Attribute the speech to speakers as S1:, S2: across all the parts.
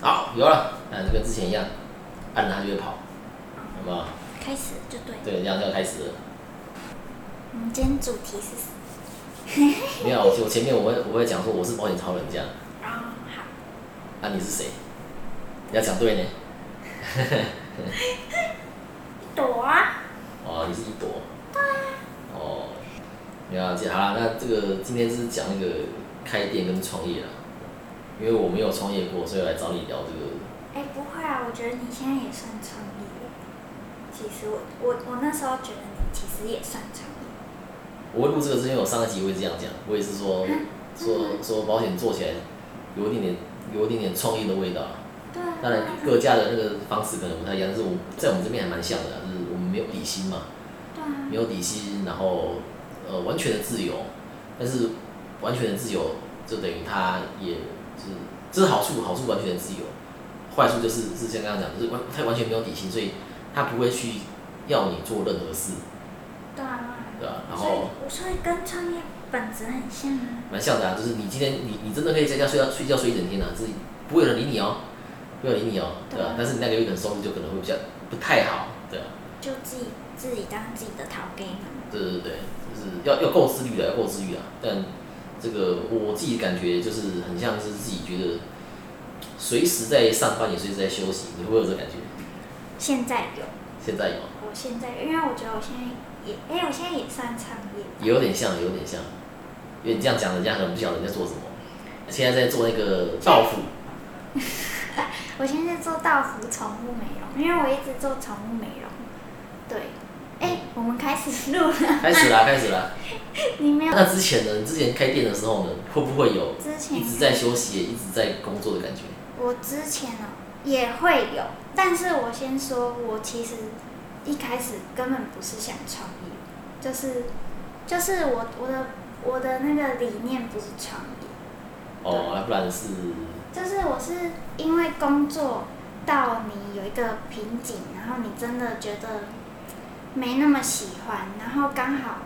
S1: 啊？
S2: 有了，那就跟之前一样，按了它就会跑，好不好？
S3: 开始就对。
S2: 对，这样就要开始了。
S3: 我们今天主题是什么
S2: 没有，我我前面我会我会讲说我是保险超人这样，
S3: 啊、好，
S2: 那、你是谁？你要讲对呢。
S3: 朵啊，
S2: 哦，你是一朵。哦，没有啊，这好啦，那这个今天是讲那个开店跟创业啦，因为我没有创业过，所以来找你聊这个。
S3: 哎、不会啊，我觉得你现在也算创业。其实我我我那时候觉得你其实也算创业。
S2: 我会录这个是因为我上一集会这样讲，我也是说说说保险做起来有一点点有一点点创业的味道啊。
S3: 对啊。
S2: 当然各家的那个方式可能不太一样，但是我在我们这边还蛮像的啊，就是我们没有底薪嘛，
S3: 对啊
S2: 没。有底薪，然后呃完全的自由，但是完全的自由就呃等于他也就是这是好处，好处完全的自由，坏处就是是像刚刚讲，就是完他完全没有底薪，所以他不会去要你做任何事，
S3: 对啊。
S2: 对吧、然
S3: 所
S2: 后
S3: 以所以跟创业本质很像啊。
S2: 蛮像的啊，就是你今天你你真的可以在家睡觉睡觉睡一整天啊，自己不会有人理你哦，不会有人理你哦，对吧、
S3: 对
S2: 但是你那个月可能收入就可能会比较不太好，对啊，
S3: 就自己自己当自己的啊逃兵嘛。
S2: 对对对，就是要要够自律的，要够自律啊。但这个我自己感觉就是很像是自己觉得随时在上班，也随时在休息，你会不会有这感觉？
S3: 现在有，
S2: 现在有吗，
S3: 我现在因为我觉得我现在也，哎、我现在也算创业。
S2: 也有点像，也有点像，因为你这样讲，人家可能不晓得你在做什么。现在在做那个道府，
S3: 我现在做到服宠物美容，因为我一直做宠物美容。对，哎、我们开 始录了，
S2: 开始啦，开始啦。
S3: 你没有
S2: 那之前呢？你之前开店的时候呢，会不会有
S3: 之前
S2: 一直在休息，也一直在工作的感觉？
S3: 我之前哦也会有，但是我先说，我其实一开始根本不是想创业，就是就是我我的我的那个理念不是创业，
S2: 哦，那不然是
S3: 就是我是因为工作到你有一个瓶颈，然后你真的觉得没那么喜欢，然后刚好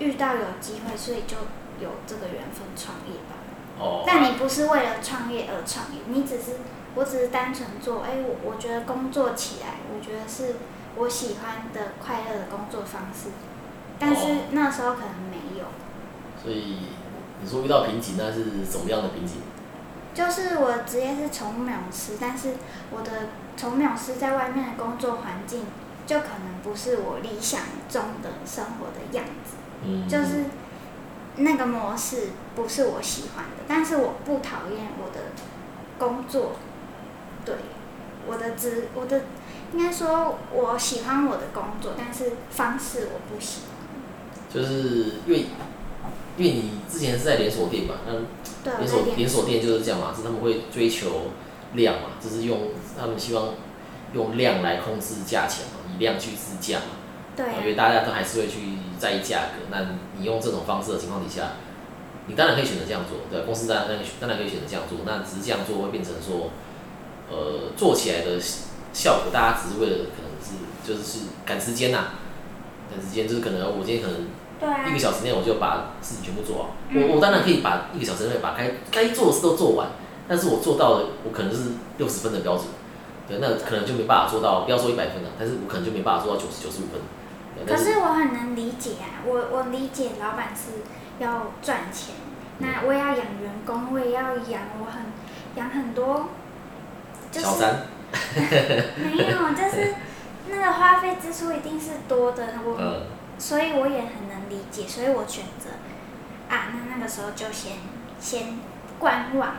S3: 遇到有机会，所以就有这个缘分创业吧。
S2: 哦，
S3: 但你不是为了创业而创业，你只是我只是单纯做，哎、我我觉得工作起来，我觉得是我喜欢的快乐的工作方式，但是
S2: 哦
S3: 那时候可能没有。
S2: 所以你说遇到瓶颈，那是什么样的瓶颈？
S3: 就是我的职业是宠物美容师，但是我的宠物美容师在外面的工作环境，就可能不是我理想中的生活的样子，
S2: 嗯，
S3: 就是那个模式不是我喜欢的，但是我不讨厌我的工作，对，我的职，我的应该说我喜欢我的工作，但是方式我不喜
S2: 就是因为因为你之前是在连锁店嘛，那
S3: 欢，对，
S2: 嗯连
S3: 我
S2: 锁
S3: 在
S2: 连
S3: 连
S2: 锁店就是这样嘛，是他们会追求量嘛，就是用他们希望用量来控制价钱嘛，以量去支价嘛。
S3: 对啊
S2: 因为大家都还是会去在意价格。那你用这种方式的情况底下，你当然可以选择这样做，对吧，公司当然当然当然可以选择这样做。那只是这样做会变成说，呃，做起来的效果，大家只是为了可能是就是是赶时间呐、赶时间就是可能我今天可能
S3: 对啊
S2: 一个小时内我就把事情全部做好。
S3: 嗯
S2: 我我当然可以把一个小时内把该该做的事都做完，但是我做到了，我可能就是六十分的标准。对，那可能就没办法做到，不要说一百分了，但是我可能就没办法做到九十九十五分。对
S3: 可
S2: 但
S3: 是我很能理解啊，我我理解老板是要赚钱，
S2: 嗯
S3: 那我也要养员工，我也要养我很养很多，就是
S2: 小三，
S3: 没有，就是 那个花费支出一定是多的，我、
S2: 嗯，
S3: 所以我也很能理解，所以我选择啊，那那个时候就先先观望，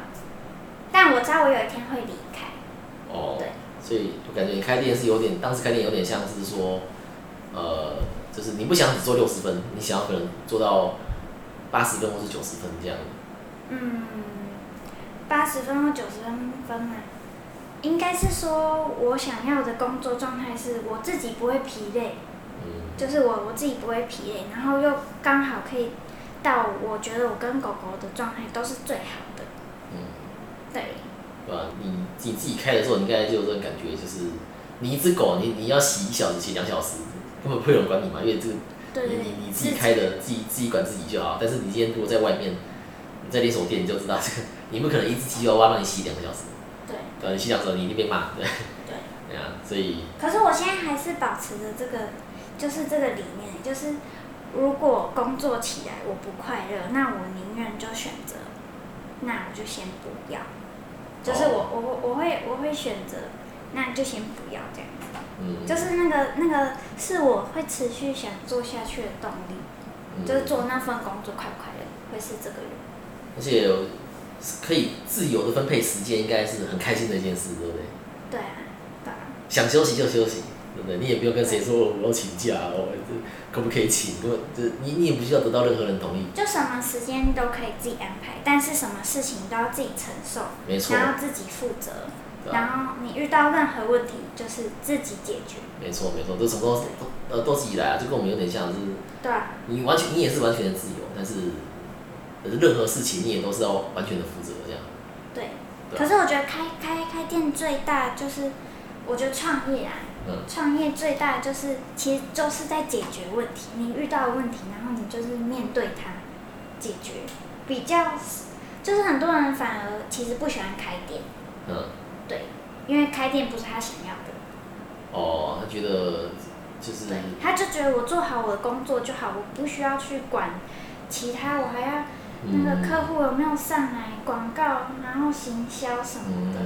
S3: 但我知道我有一天会离开，
S2: 哦
S3: 对，
S2: 所以我感觉你开店是有点，当时开店有点像是说，呃，就是你不想只做六十分，你想要可能做到八十分或是九十分这样。
S3: 嗯，八十分或九十分分嘛，应该是说我想要的工作状态是我自己不会疲累，
S2: 嗯，
S3: 就是我我自己不会疲累，然后又刚好可以到我觉得我跟狗狗的状态都是最好的，
S2: 嗯，
S3: 对，
S2: 对吧？你你自己开的时候，你应该就有这种感觉，就是你一只狗，你你要洗一小时、洗两小时，根本不会有人管你嘛，因为这个
S3: 对
S2: 你
S3: 对
S2: 你你自己开的，自己自己管自己就好。但是你今天如果在外面，你在连锁店，你就知道这个，你不可能一只吉娃娃让你洗两个小时，
S3: 对
S2: 对，你细想之后你一定被骂，对，
S3: 对。
S2: 对啊，所以
S3: 可是我现在还是保持着这个，就是这个理念，就是如果工作起来我不快乐，那我宁愿就选择，那我就先不要。就是我、我我我会我会选择，那就先不要这样。
S2: 嗯，
S3: 就是那个那个是我会持续想做下去的动力，
S2: 嗯
S3: 就是做那份工作快不快乐，会是这个原
S2: 而且可以自由的分配时间，应该是很开心的一件事，对不对？
S3: 因。对啊，对啊，
S2: 想休息就休息，对不对？你也不用跟谁说我要请假，我这可不可以请？不，这你你也不需要得到任何人同意，
S3: 就什么时间都可以自己安排，但是什么事情都要自己承受，
S2: 没错，
S3: 然后自己负责，
S2: 对吧？
S3: 然后你遇到任何问题就是自己解决，
S2: 没错没错，都从都都呃都是以来啊，就跟我们有点像，就是
S3: 对啊，
S2: 你完全你也是完全的自由，但是可是任何事情你也都是要完全的负责这样。
S3: 对。
S2: 对啊
S3: 可是我觉得开开开店最大就是，我觉得创业啊，
S2: 嗯
S3: 创业最大就是其实就是在解决问题，你遇到的问题，然后你就是面对它，解决。比较就是很多人反而其实不喜欢开店，
S2: 嗯，
S3: 对，因为开店不是他想要的。
S2: 哦，他觉得就是
S3: 对，他就觉得我做好我的工作就好，我不需要去管其他，我还要
S2: 嗯
S3: 那个客户有没有上来，广告，然后行销什么
S2: 嗯
S3: 的，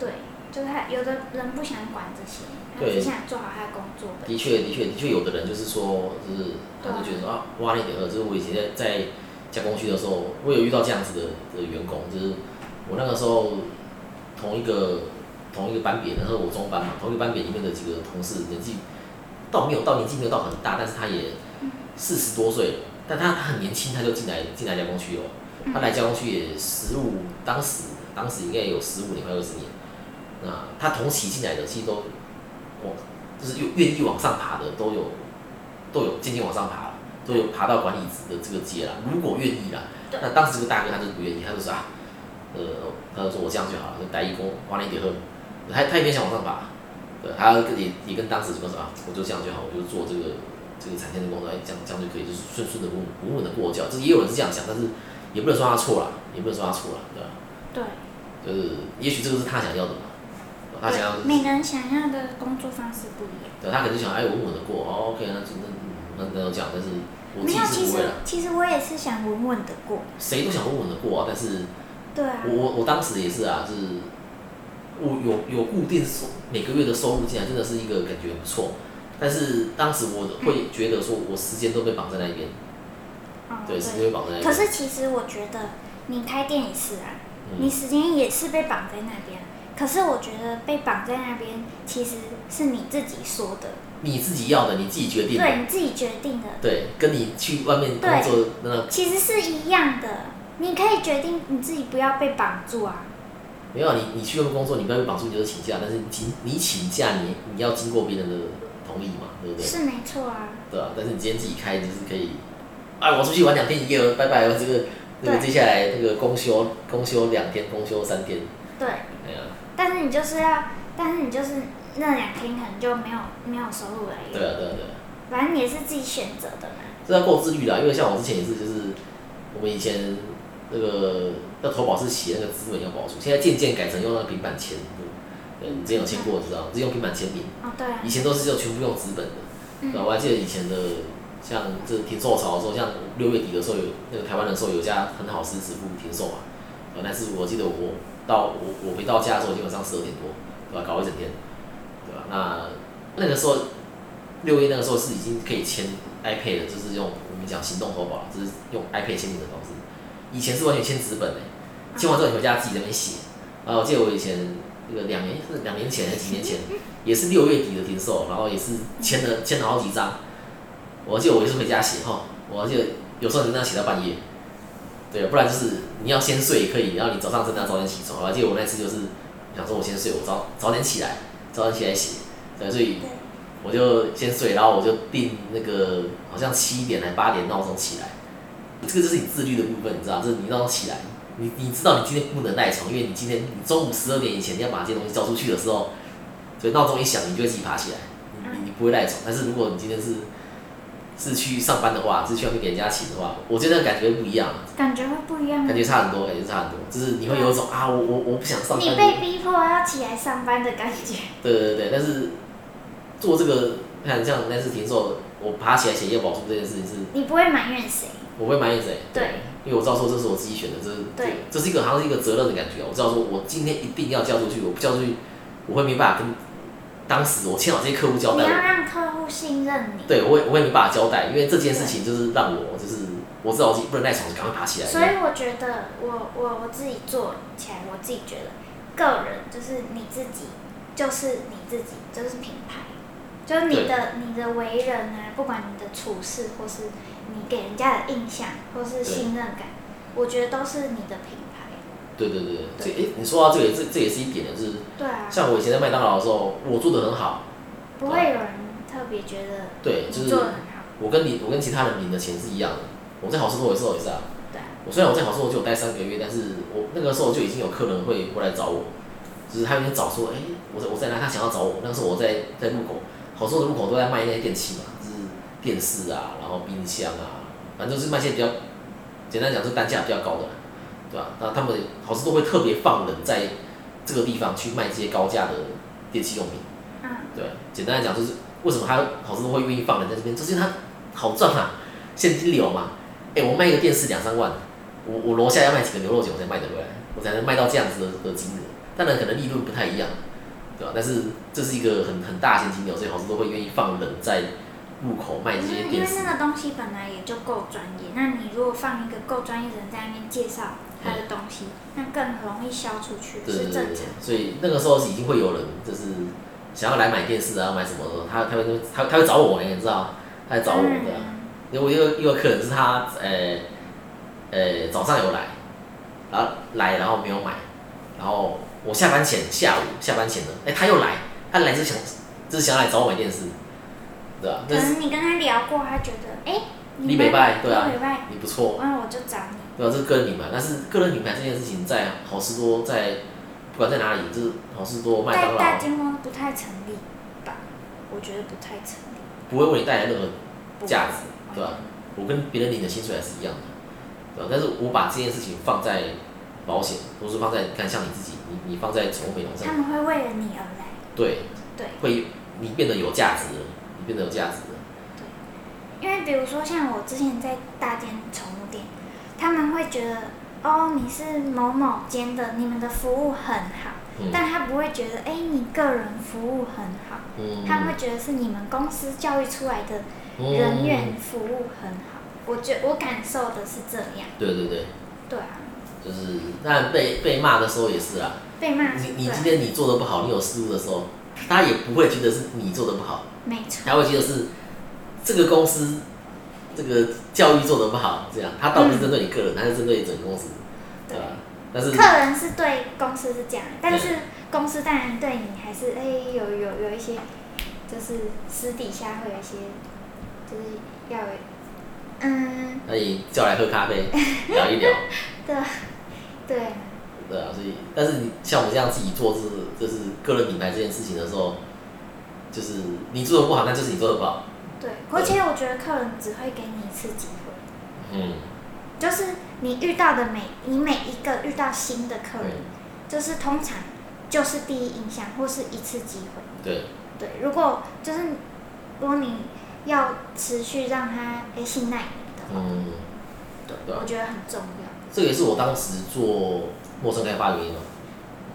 S3: 对，就是他有的人不想管这些，他
S2: 对
S3: 只想做好他的工作本
S2: 的确，的确，的确，有的人就是说，就是他就觉得说啊，挖了一点二，就是我以前在在加工区的时候，我有遇到这样子的的员工，就是我那个时候同一个同一个班别，那时候我中班嘛，同一个班别里面的几个同事年纪倒没有到年纪没有到很大，但是他也
S3: 嗯
S2: 四十多岁了，但他他很年轻，他就进来进来加工区了。哦
S3: 嗯
S2: 他来加工区也十五，当时当时应该有十五年快二十年。那他同期进来的，其实都往就是愿愿意往上爬的，都有都有渐渐往上爬了，都有爬到管理职的这个阶了。如果愿意啦，
S3: 对
S2: 那当时这个大哥他就不愿意，他就说啊，呃，他就说我这样就好了，就打一工，花了一点喝，他他也没想往上爬，对，他跟也也跟当时就说啊，我就这样就好，我就做这个这个产线的工作，哎，这样这样就可以，就是顺顺的稳稳稳的过教。这也有人是这样想，但是也不能说他错了，也不能说他错了，对吧？
S3: 对，
S2: 就是也许这个是他想要的嘛，他想要的
S3: 对，每个人想要的工作方式不一样。
S2: 对，他可能就想，哎，我稳稳的过，哦，OK，那就那那那就这样，但是我自
S3: 没
S2: 己是不
S3: 有，其
S2: 会
S3: 实
S2: 了，
S3: 其实我也是想稳稳的过，
S2: 谁都想稳稳的过啊，但是
S3: 对啊
S2: 我，我我当时也是啊，就是我有有固定收每个月的收入进啊来，真的是一个感觉不错，但是当时我会觉得说，我时间都被绑在那边，
S3: 哦
S2: 对，时间被绑在那
S3: 可
S2: 边，
S3: 是其实我觉得你开店也是啊，你
S2: 嗯，
S3: 时间也是被绑在那边。可是我觉得被绑在那边其实是你自己说的，
S2: 你自己要的，你自己决定的，
S3: 对你自己决定的，
S2: 对，跟你去外面工作的那
S3: 其实是一样的。你可以决定你自己不要被绑住啊，
S2: 没有啊你，你去外面工作，你不要被绑住，你就是请假，啊但是你请你请假，你你要经过别人的同意嘛，对不对？
S3: 是没错啊。
S2: 对啊，但是你今天自己开，你就是可以，啊，我出去玩两天一夜哦，拜拜哦，这个这个
S3: 对
S2: 接下来那个公休公休两天，公休三天，
S3: 对，
S2: 哎呀、
S3: 但是你就是要，但是你就是那两天可能就没有没有收入来源，
S2: 对啊对啊对啊，
S3: 反正也是自己选择的嘛。
S2: 这要够自律啦，因为像我之前也是，就是我们以前那个要投保是写那个资本要保住，现在渐渐改成用那个平板签名，对，
S3: 嗯
S2: 你之前有签过，知道，是用平板签名。
S3: 哦，对啊
S2: 以，前都是就全部用纸本的，
S3: 嗯
S2: 对吧，我还记得以前的，像这停售潮的时候，像六月底的时候有那个台湾的时候有一家很好吃食铺停售嘛，呃，但是我记得我到我我回到家的时候已经晚上十二点多，对吧，搞一整天，对吧？那那个时候六月那个时候是已经可以签 iPad 的，就是用我们讲行动投保，就是用 iPad 签名的方式，以前是完全签纸本的、签完之后你回家自己在那边写，啊，我记得我以前那个两年是两年前还是几年前，也是六月底的停售，然后也是签了签了好几张。我记得我也是回家写哈，我记得有时候能这样写到半夜，对，不然就是你要先睡也可以，然后你早上真的要早点起床。我还记得我那次就是想说我先睡，我早早点起来，早点起来写，对，所以
S3: 对
S2: 我就先睡，然后我就定那个好像七点还八点闹钟起来，这个就是你自律的部分，你知道，就是你闹钟起来，你你知道你今天不能赖床，因为你今天你中午十二点以前你要把这些东西交出去的时候，所以闹钟一响，你就会自己爬起来，你你你不会赖床。但是如果你今天是是去上班的话，是去外面给人家请的话，我觉得感觉不一样啊，
S3: 感觉会不一样
S2: 感。觉差很多，感觉差很多，就是你会有一种啊，我我我不想上班
S3: 你
S2: 的，
S3: 被逼迫要起来上班的感觉，
S2: 对对对，但是做这个，看像那次停售，我爬起来写夜保书这件事情是，
S3: 你不会埋怨谁？
S2: 我不会埋怨谁，
S3: 对，
S2: 因为我知道说这是我自己选的，这是
S3: 对
S2: 这是一个好像是一个责任的感觉啊，我知道说我今天一定要交出去，我不交出去，我会没办法跟当时我欠我这些客户交
S3: 你
S2: 代，
S3: 要
S2: 我
S3: 让客户信任你。
S2: 对我也我也没办法交代，因为这件事情就是让我就是我知道我自己不能赖床，就赶快爬起来，
S3: 所以我觉得我我我自己做起来，我自己觉得个人就是你自己，就是你自己，就是品牌，就是你的你的为人啊，不管你的处事或是你给人家的印象或是信任感，我觉得都是你的品牌。
S2: 对对对，对这诶、你说到这个，这这也是一点的，就是
S3: 对啊，
S2: 像我以前在麦当劳的时候，我做的很好，
S3: 不会有人特别觉得
S2: 对，就是
S3: 你做的很好。
S2: 我跟你我跟其他人领的钱是一样的。我在好事多的时候也是啊，
S3: 对啊
S2: 我虽然我在好事多只有待三个月，但是我那个时候就已经有客人会过来找我，就是他有点找说，哎、我在我在哪？他想要找我。那个时候我在在路口，好事多的路口都在卖那些电器嘛，就是电视啊，然后冰箱啊，反正就是卖一些比较简单讲，就是单价比较高的啦，对吧、那他们好事多会特别放人在这个地方去卖这些高价的电器用品。
S3: 嗯，
S2: 对，简单来讲就是为什么他好多会愿意放人在这边，就是因为他好赚嘛，现金流嘛。哎、我卖一个电视两三万，我我楼下要卖几个牛肉卷我才卖得回来，我才能卖到这样子的的金额。当然可能利润不太一样，对吧？但是这是一个很很大的现金流，所以好多都会愿意放人在入口卖这
S3: 因
S2: 些
S3: 为因
S2: 电
S3: 为
S2: 视。
S3: 那个东西本来也就够专业，那你如果放一个够专业的人在那边介绍他的东西，那更容易销出去，
S2: 对对
S3: 是
S2: 对
S3: 正
S2: 对
S3: 常。，
S2: 所以那个时候已经会有人就是想要来买电视啊，买什么的，他他会他他会找我、你知道吗，他会找我
S3: 当
S2: 对
S3: 然
S2: 啊。因为我有有可能是他呃呃早上有来，然后来然后没有买，然后我下班前下午下班前呢，哎、他又来，他来是想就是想要来找我买电视，对吧、
S3: 可
S2: 但是
S3: 能你跟他聊过，他觉得哎，
S2: 你北拜对啊
S3: 你北拜，
S2: 你不错，
S3: 那我就找你。
S2: 对吧、这是个人品牌，但是个人品牌这件事情在好事多在不管在哪里，就是好事多、麦当
S3: 在大
S2: 劳
S3: 金光不太成立吧？我觉得不太成立。
S2: 不会为你带来任何
S3: 不嗯
S2: 价值，对啊吧、我跟别人领的薪水还是一样的，对吧、但是我把这件事情放在保险，或是放在看像你自己，你你放在宠物美容上
S3: 他，们会为了你而来，
S2: 对，
S3: 对。
S2: 会你变得有价值了，你变得有价值了，
S3: 因为比如说像我之前在大间宠物店，他们会觉得哦你是某某间的，你们的服务很好，
S2: 嗯
S3: 但他不会觉得哎你个人服务很好，
S2: 嗯，
S3: 他们会觉得是你们公司教育出来的
S2: 嗯
S3: 人员服务很好。我觉我感受的是这样，
S2: 对对对，
S3: 对啊，
S2: 就是当然被被骂的时候也是啦，
S3: 被骂是
S2: 你你
S3: 对啊
S2: 今，天你做的不好，你有失误的时候，大家也不会觉得是你做的不好，
S3: 没错，
S2: 他会觉得是这个公司这个教育做的不好，这样，他倒不是针对你个人，他是针对整个公司，对
S3: 对
S2: 吧。？但是
S3: 客人是对公司是这样，但
S2: 嗯
S3: 是公司当然对你还是哎、有有有一些，就是私底下会有一些，就是要有，嗯
S2: 那你叫来喝咖啡聊一聊，
S3: 对对啊，
S2: 对啊，所以但是你像我们这样自己做是就是个人品牌这件事情的时候，就是你做的不好，那就是你做的不好，
S3: 对，而且我觉得客人只会给你一次机会，
S2: 嗯，
S3: 就是你遇到的每你每一个遇到新的客人，就是通常就是第一印象或是一次机会。
S2: 对，
S3: 对，如果就是如果你要持续让他哎信赖你的话，
S2: 嗯，
S3: 对，
S2: 对啊
S3: 我觉得很重要。
S2: 这个也是我当时做陌生开发的原因嘛。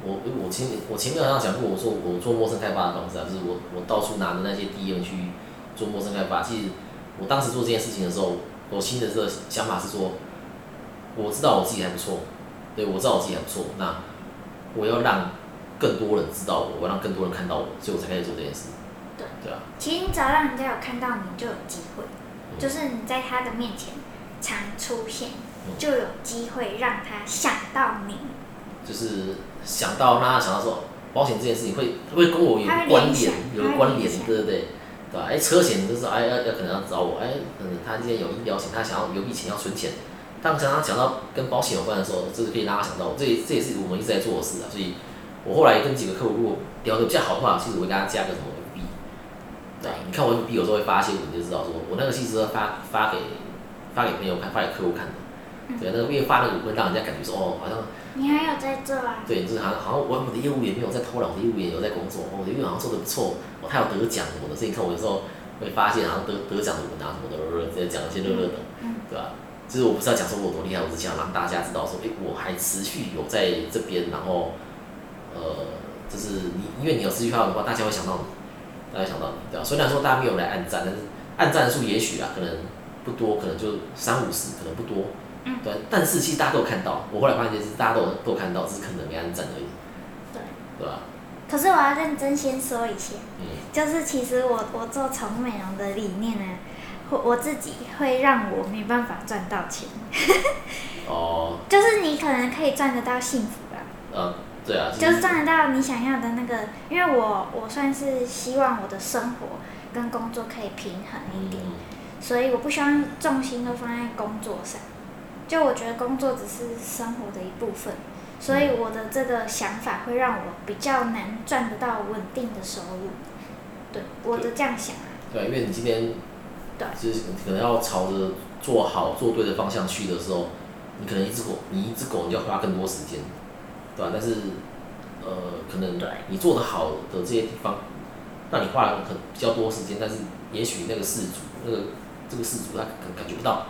S2: 我我前我前面好像讲过，我说我做陌生开发的方式啊，就是我我到处拿着那些 DM 去做陌生开发。其实我当时做这件事情的时候，我心里的这个想法是说，我知道我自己还不错，对我知道我自己还不错，那我要让更多人知道我，我要让更多人看到我，所以我才开始做这件事。
S3: 对
S2: 对啊，
S3: 其实你只要让人家有看到你，就有机会，
S2: 嗯
S3: 就是你在他的面前常出现
S2: 嗯，
S3: 就有机会让他想到你，
S2: 就是想到让他想到说，保险这件事情会会跟我有
S3: 他会
S2: 关
S3: 联想
S2: 联，有
S3: 他会
S2: 关联
S3: 联，想
S2: 对对对，对吧？哎，车险就是哎要要可能要找我，哎，可能他今天有医疗险，他想要有笔钱要存钱，当想他讲到跟保险有关的时候，就是可以让他想到我，这也这也是我们一直在做的事啊。所以我后来跟几个客户如果聊得比较好的话，其实我会跟他加个什么 FB，对吧？你看我 FB 有时候会发一些文，你就知道说我那个其实是发发给发给朋友看，发给客户看的。对，那个越发那个文，让人家感觉说哦，好像
S3: 你还有在做啊？
S2: 对，就是好像好像我我的业务员没有在偷懒，我的业务员有在工作，哦我的业务员好像做的不错，我、哦、他有得奖什么的，所以你看我有时候会发现好像得得奖的文啊什么的，呃直接讲一些热热的，
S3: 嗯
S2: 对吧？就是我不是要讲说我有多厉害，我只想让大家知道说，哎、我还持续有在这边，然后呃，就是你因为你有持续发文的话，大家会想到你，大家会想到你，对吧？啊虽然说大家没有来按赞，但是按赞数也许啊，可能不多，可能就三五十，可能不多，
S3: 嗯
S2: 对，但是其实大家都有看到，我后来发现就是大家都有都有看到，只是可能没按赞而已，
S3: 对。
S2: 对吧？
S3: 可是我要认真先说一下，
S2: 嗯，
S3: 就是其实我我做宠物美容的理念呢，我我自己会让我没办法赚到钱，
S2: 哦，
S3: 就是你可能可以赚得到幸福吧，
S2: 呃，对啊，
S3: 就是赚得到你想要的那个，因为我我算是希望我的生活跟工作可以平衡一点，
S2: 嗯，
S3: 所以我不希望重心都放在工作上，就我觉得工作只是生活的一部分，所以我的这个想法会让我比较难赚得到稳定的收入，对，我的这样想啊，
S2: 对，因为你今天
S3: 对
S2: 就是你可能要朝着做好做对的方向去的时候，你可能一只狗，你一只狗你就要花更多时间，对吧、但是呃，可能
S3: 对
S2: 你做得好的这些地方，让你花了很比较多时间，但是也许那个事主那个这个事主他可能感觉不到，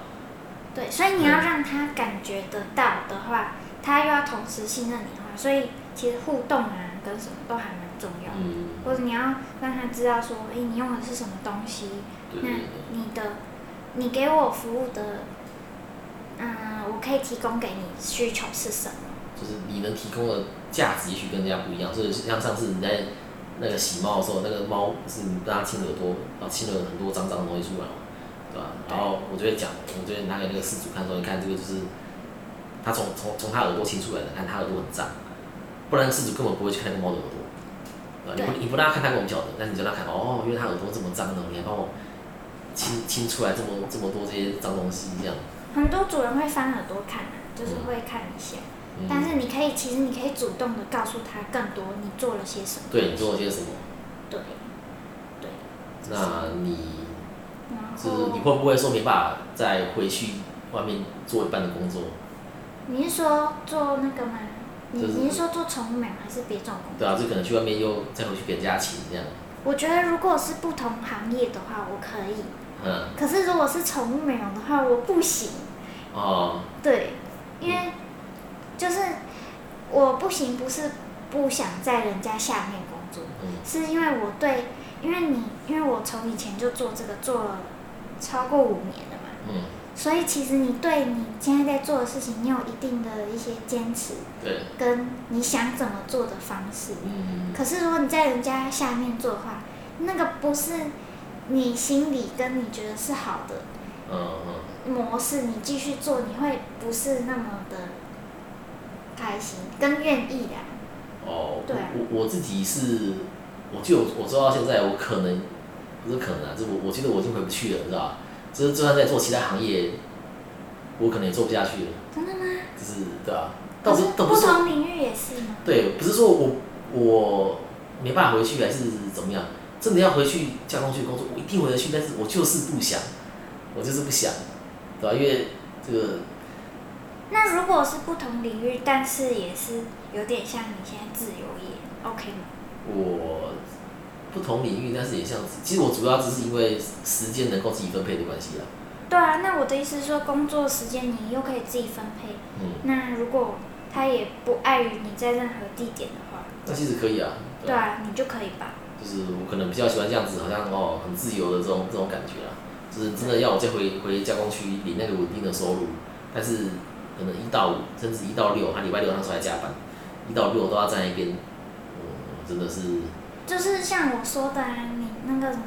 S3: 对，所以你要
S2: 嗯
S3: 让他感觉得到的话，他又要同时信任你的话，所以其实互动啊跟什么都还蛮重要的。
S2: 嗯，
S3: 或者你要让他知道说，哎、你用的是什么东西，
S2: 对
S3: 那
S2: 对对。
S3: 你的，你给我服务的，嗯、我可以提供给你需求是什么？
S2: 就是你能提供的价值也许跟人家不一样，所以像上次你在那个洗猫的时候，那个猫不是你让它亲耳朵，然后亲了很多脏脏的东西出来嘛，对吧、
S3: 对
S2: 然后我就会讲，我就会拿给那个事主看说，你看这个就是他从从从他耳朵亲出来的，看他耳朵很脏，不然事主根本不会去看那个猫的耳朵。对吧你不你不让他看，他根本不晓得，但你就让他看哦，因为他耳朵这么脏的，你还帮我亲亲出来这么这么多这些脏东西，这样。
S3: 很多主人会翻耳朵看啊，就是会看一下，
S2: 嗯、
S3: 但是你可以，其实你可以主动的告诉他更多你做了些什么。
S2: 对你做了些什么？
S3: 对，对，
S2: 那你
S3: 然
S2: 就是你
S3: 后
S2: 会不会说没办法再回去外面做一半的工作？
S3: 你是说做那个吗？你
S2: 就是
S3: 你是说做宠物美容还是别种工作？
S2: 对啊，就可能去外面又再回去给人家请这样。
S3: 我觉得如果是不同行业的话，我可以。
S2: 嗯，
S3: 可是如果是宠物美容的话，我不行。
S2: 哦，
S3: 对，
S2: 嗯
S3: 因为就是我不行，不是不想在人家下面工作，
S2: 嗯，
S3: 是因为我对，因为你，因为我从以前就做这个做了超过五年了嘛，
S2: 嗯，
S3: 所以其实你对你现在在做的事情，你有一定的一些坚持，
S2: 对，
S3: 跟你想怎么做的方式。
S2: 嗯，
S3: 可是如果你在人家下面做的话，那个不是你心里跟你觉得是好的，
S2: 嗯嗯，
S3: 模式，你继续做，你会不是那么的开心跟愿意的啊、
S2: 哦，
S3: 对啊
S2: 我我我自己是，我就我做到现在，我可能不是可能啊，这我我觉得我已经回不去了，你知道吧？就是就算在做其他行业，我可能也做不下去了，
S3: 真的吗？
S2: 就是对啊，倒
S3: 可
S2: 不
S3: 是
S2: 倒不
S3: 不
S2: 是说
S3: 同领域也是吗？
S2: 对，不是说我我没办法回去还是怎么样，真的要回去加工去工作，我一定回得去，但是我就是不想，我就是不想，对吧、因为这个
S3: 那如果是不同领域，但是也是有点像你现在自由业，OK 吗？
S2: 我不同领域，但是也像，其实我主要只是因为时间能够自己分配的关系啦。
S3: 对啊，那我的意思是说，工作时间你又可以自己分配。
S2: 嗯，
S3: 那如果他也不碍于你在任何地点的话，
S2: 那其实可以啊，
S3: 对
S2: 吧、
S3: 啊，你就可以吧。
S2: 就是我可能比较喜欢这样子，好像哦很自由的这种这种感觉啦。就是真的要我再回回加工区领那个稳定的收入，但是可能一到五甚至一到六，他礼拜六那时候还加班，一到六都要在那边，嗯，真的是
S3: 就是像我说的啊，你那个什么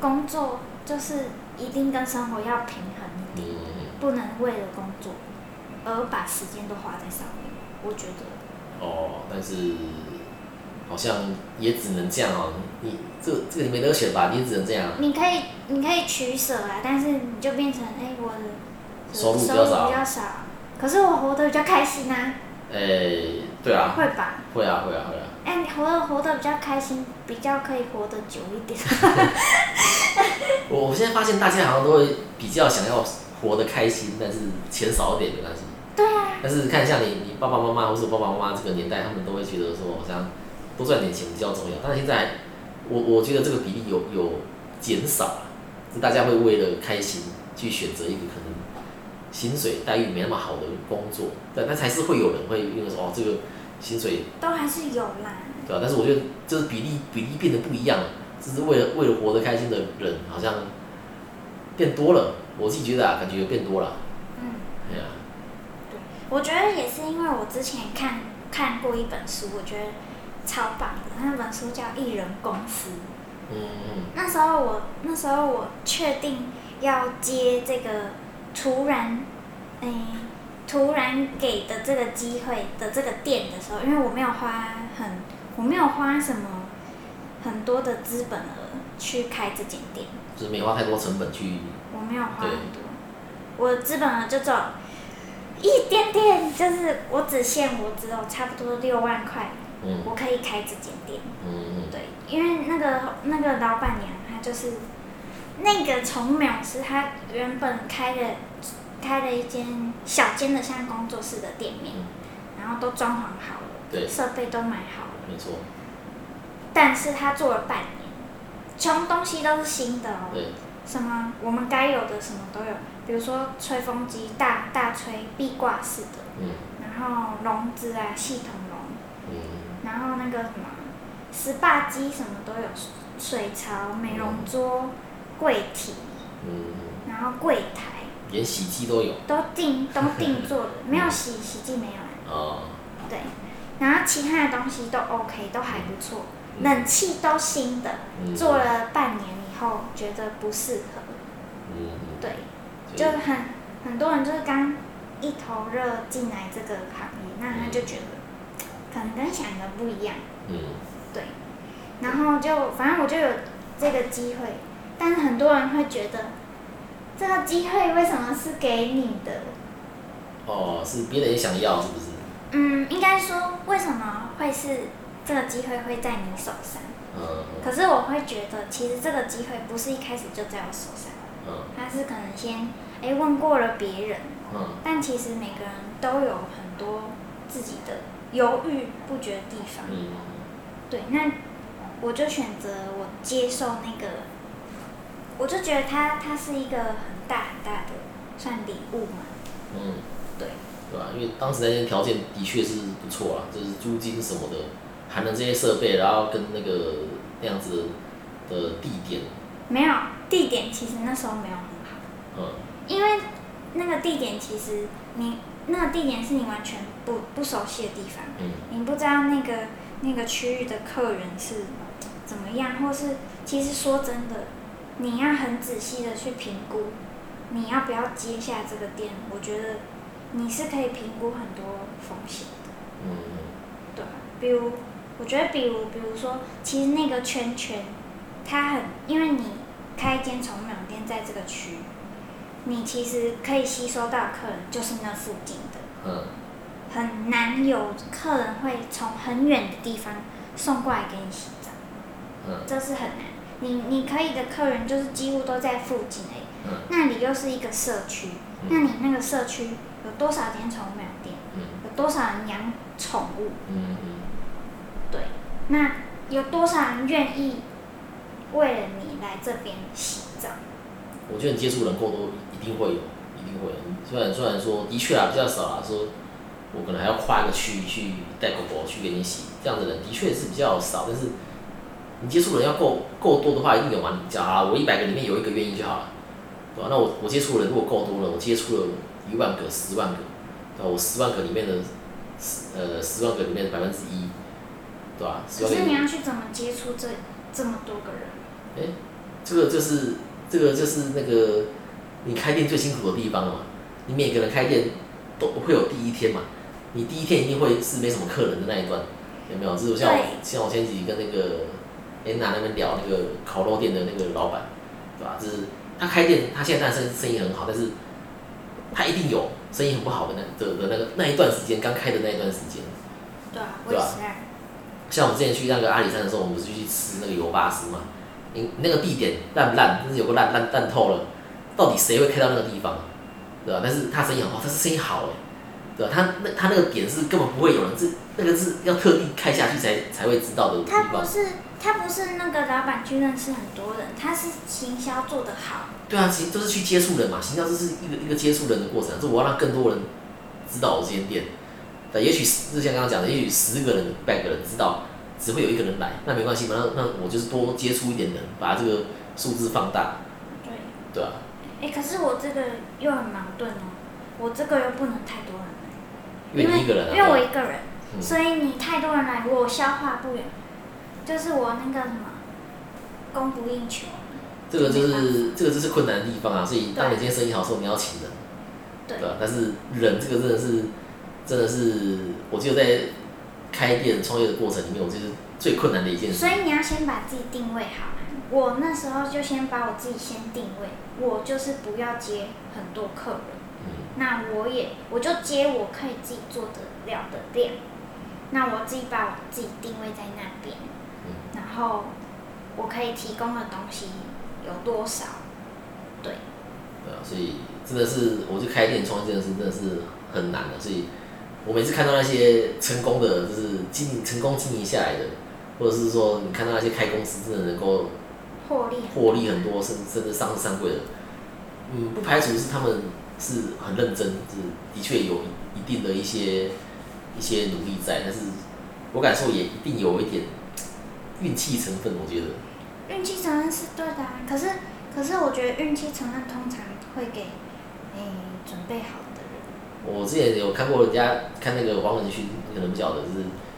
S3: 工作，就是一定跟生活要平衡一点。
S2: 嗯，
S3: 不能为了工作而把时间都花在上面。我觉得，
S2: 哦，但是好像也只能这样哦，你这个这个你没得选吧，你也只能这样啊。
S3: 你可以你可以取舍啊，但是你就变成哎、我的
S2: 收入比
S3: 收
S2: 较少
S3: 入比较少，可是我活得比较开心啊，
S2: 诶、对啊，
S3: 会吧？
S2: 会啊，会啊，会啊。
S3: 哎、你活得活得比较开心，比较可以活得久一点。
S2: 我我现在发现大家好像都会比较想要活得开心，但是钱少一点没关系。
S3: 对啊，
S2: 但是看一下你你爸爸妈妈或者我爸爸妈妈这个年代，他们都会觉得说好像多赚点钱比较重要。但是现在我我觉得这个比例有有减少了，就大家会为了开心去选择一个可能薪水待遇没那么好的工作，但但还是会有人会因为说哦这个薪水
S3: 都还是有啦。
S2: 对啊吧、但是我觉得就是比例比例变得不一样了，就是为了为了活得开心的人好像变多了，我自己觉得啊，感觉有变多了。
S3: 嗯，
S2: 哎呀、
S3: 对，我觉得也是因为我之前看看过一本书，我觉得超棒的，那本书叫《艺人公司》。
S2: 嗯嗯
S3: 那时候我那时候我确定要接这个突然，诶、突然给的这个机会的这个店的时候，因为我没有花很我没有花什么很多的资本额去开这间店，
S2: 就是没花太多成本去
S3: 我没有花
S2: 对
S3: 很多，我的资本额就只有一点点，就是我只限我只有差不多六万块，
S2: 嗯
S3: 我可以开这间店。
S2: 嗯
S3: 对，因为那个那个老板娘她就是那个虫淼是她原本开的开了一间小间的像工作室的店面，
S2: 嗯
S3: 然后都装潢好了，
S2: 对
S3: 设备都买好了，
S2: 没错，
S3: 但是她做了半年，穷东西都是新的哦，
S2: 对，
S3: 什么我们该有的什么都有，比如说吹风机大大吹壁挂式的，
S2: 嗯
S3: 然后笼子啊系统笼，
S2: 嗯
S3: 然后那个什么 SPA 机什么都有，水槽、美容桌、柜体，
S2: 嗯，
S3: 然后柜台
S2: 连洗机都有
S3: 都定都定做了，没有洗洗剂没
S2: 啊，
S3: 有啊，对。然后其他的东西都 OK，都还不错，
S2: 嗯
S3: 冷气都新的，
S2: 嗯
S3: 做了半年以后觉得不适合，
S2: 嗯，
S3: 对，
S2: 嗯
S3: 就很很多人就是刚一头热进来这个行业，那他就觉得可能跟想的不一样。
S2: 嗯
S3: 对，然后就反正我就有这个机会，但是很多人会觉得这个机会为什么是给你的？
S2: 哦，是别人也想要是不是？
S3: 嗯，应该嗯说为什么会是这个机会会在你手上？
S2: 嗯
S3: 可是我会觉得，其实这个机会不是一开始就在我手上，
S2: 嗯
S3: 它是可能先哎问过了别人，
S2: 嗯
S3: 但其实每个人都有很多自己的犹豫不决的地方。
S2: 嗯
S3: 对，那我就选择我接受那个，我就觉得它它是一个很大很大的算礼物嘛，
S2: 嗯，
S3: 对，
S2: 对啊吧？因为当时那些条件的确是不错啦，就是租金什么的，含了这些设备，然后跟那个那样子的地点，
S3: 没有地点，其实那时候没有很好，
S2: 嗯
S3: 因为那个地点其实你那个地点是你完全不不熟悉的地方，
S2: 嗯
S3: 你不知道那个那个区域的客人是怎么样，或是其实说真的，你要很仔细的去评估，你要不要接下这个店，我觉得你是可以评估很多风险的，
S2: 嗯
S3: 对吧比如，我觉得比如比如说，其实那个圈圈，它很，因为你开一间宠物店在这个区，你其实可以吸收到的客人就是那附近的。
S2: 嗯
S3: 很难有客人会从很远的地方送过来给你洗澡，
S2: 嗯
S3: 这是很难。你你可以的客人就是几乎都在附近而已，
S2: 嗯
S3: 那里又是一个社区，那你那个社区有多少间宠物店？
S2: 嗯
S3: 有多少人养宠物？
S2: 嗯
S3: 对，那有多少人愿意为了你来这边洗澡？
S2: 我觉得你接触人够多，一定会有，一定会有。虽然虽然说的确啊比较少啊，说我可能还要跨一个区域去带狗狗去给你洗，这样的人的确是比较少。但是你接触人要够够多的话，一定有嘛。你讲啊，我一百个里面有一个愿意就好了，对吧、那我我接触的人如果够多了，我接触了一万个、十万个，对吧、我十万个里面的十呃十万个里面的百分之一，对吧、十
S3: 可
S2: 万个
S3: 是
S2: 里
S3: 你
S2: 面
S3: 要去怎么接触这这么多个人？
S2: 哎、这个就是这个就是那个你开店最辛苦的地方了嘛。你每个人开店都会有第一天嘛，你第一天一定会是没什么客人的那一段，有没有？就是像我
S3: 对
S2: 像我前几集跟那个 Anna 那边聊那个烤肉店的那个老板，对吧？就是他开店，他现在当然生生意很好，但是他一定有生意很不好的那的的那个那一段时间，刚开的那一段时间。
S3: 对啊，我
S2: 对
S3: 也
S2: 啊
S3: 是啊。
S2: 像我们之前去那个阿里山的时候，我们不是去吃那个油巴丝嘛？你那个地点烂不烂，但是有个烂烂烂透了，到底谁会开到那个地方，对吧、但是他生意好，哇，他是生意好哎，对吧、他那他那个点是根本不会有人，这那个是要特地开下去才才会知道的地
S3: 他
S2: 方
S3: 不。是他不是那个老板去认识很多人，他是行销做得好。
S2: 对啊，其实就是去接触人嘛，行销就是一个一个接触人的过程，这我要让更多人知道我这间店。对，也许十就像刚刚讲的，也许十个人、一百个人知道，只会有一个人来，那没关系嘛，那那我就是多接触一点人，把这个数字放大，
S3: 对，
S2: 对啊吧、
S3: 哎、可是我这个又很矛盾哦，我这个又不能太多人来，
S2: 因为你一个人啊，
S3: 因为我
S2: 对吧
S3: 一个人，
S2: 嗯
S3: 所以你太多人来，我消化不了，就是我那个什么供不应求。
S2: 这个就是这个就是困难的地方啊，所以当你今天生意好的时候，你要请人，
S3: 对
S2: 吧、但是人这个真的是真的是，我记得在开店创业的过程里面，我就是最困难的一件事
S3: 所。以你要先把自己定位好啊。我那时候就先把我自己先定位，我就是不要接很多客人，
S2: 嗯，
S3: 那我也我就接我可以自己做得了的量，那我自己把我自己定位在那边，
S2: 嗯
S3: 然后我可以提供的东西有多少？对，
S2: 对啊，所以真的是，我就开店创业这件事真的是很难啊的。所以我每次看到那些成功的，就是经营成功经营下来的，或者是说你看到那些开公司真的能够
S3: 获利啊
S2: 获利很多，甚甚至上市上柜的，嗯，不排除是他们是很认真，就是的确有一定的一些一些努力在，但是我敢说也一定有一点运气成分，我觉得，
S3: 运气成分是对的、啊，可是可是我觉得运气成分通常会给诶、准备好的人，
S2: 我之前有看过人家看那个王文勋，你可能不晓得，就是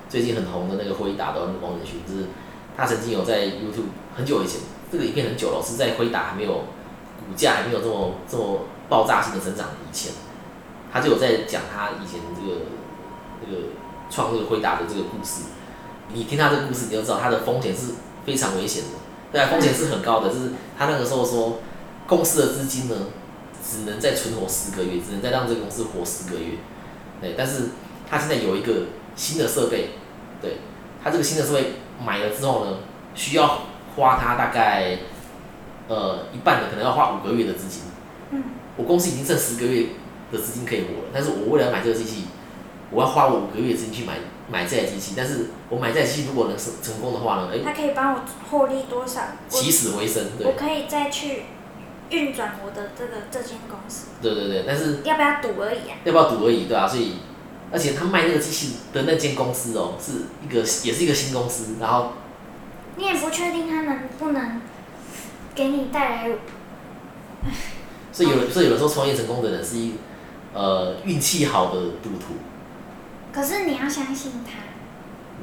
S2: 最近很红的那个辉达的王文勋，就是他曾经有在 YouTube 很久以前，这个影片很久了，是在辉达还没有股价还没有这么这么爆炸性的成长以前，他就有在讲他以前这个这个创这个辉达的这个故事。你听他这个故事，你就知道他的风险是非常危险的，对啊，风险是很高的。就是他那个时候说，公司的资金呢，只能再存活十个月，只能再让这个公司活十个月。对，但是他现在有一个新的设备，对他这个新的设备买了之后呢，需要花他大概呃一半的可能要花五个月的资金。
S3: 嗯，
S2: 我公司已经剩十个月的资金可以活了，但是我为了要买这个机器，我要花我五个月的资金去买买这台机器，但是我买这台机器如果能成成功的话呢，哎、
S3: 他可以帮我获利多少？我
S2: 起死回生，对
S3: 我可以再去运转我的这个这间公司，
S2: 对对对，但是
S3: 要不要赌而已啊？
S2: 要不要赌而已，对啊，所以而且他卖那个机器的那间公司哦，是一个也是一个新公司，然后
S3: 你也不确定它能不能给你带来，
S2: 所以有人所以有人说创业成功的人是一呃运气好的赌徒，
S3: 可是你要相信它，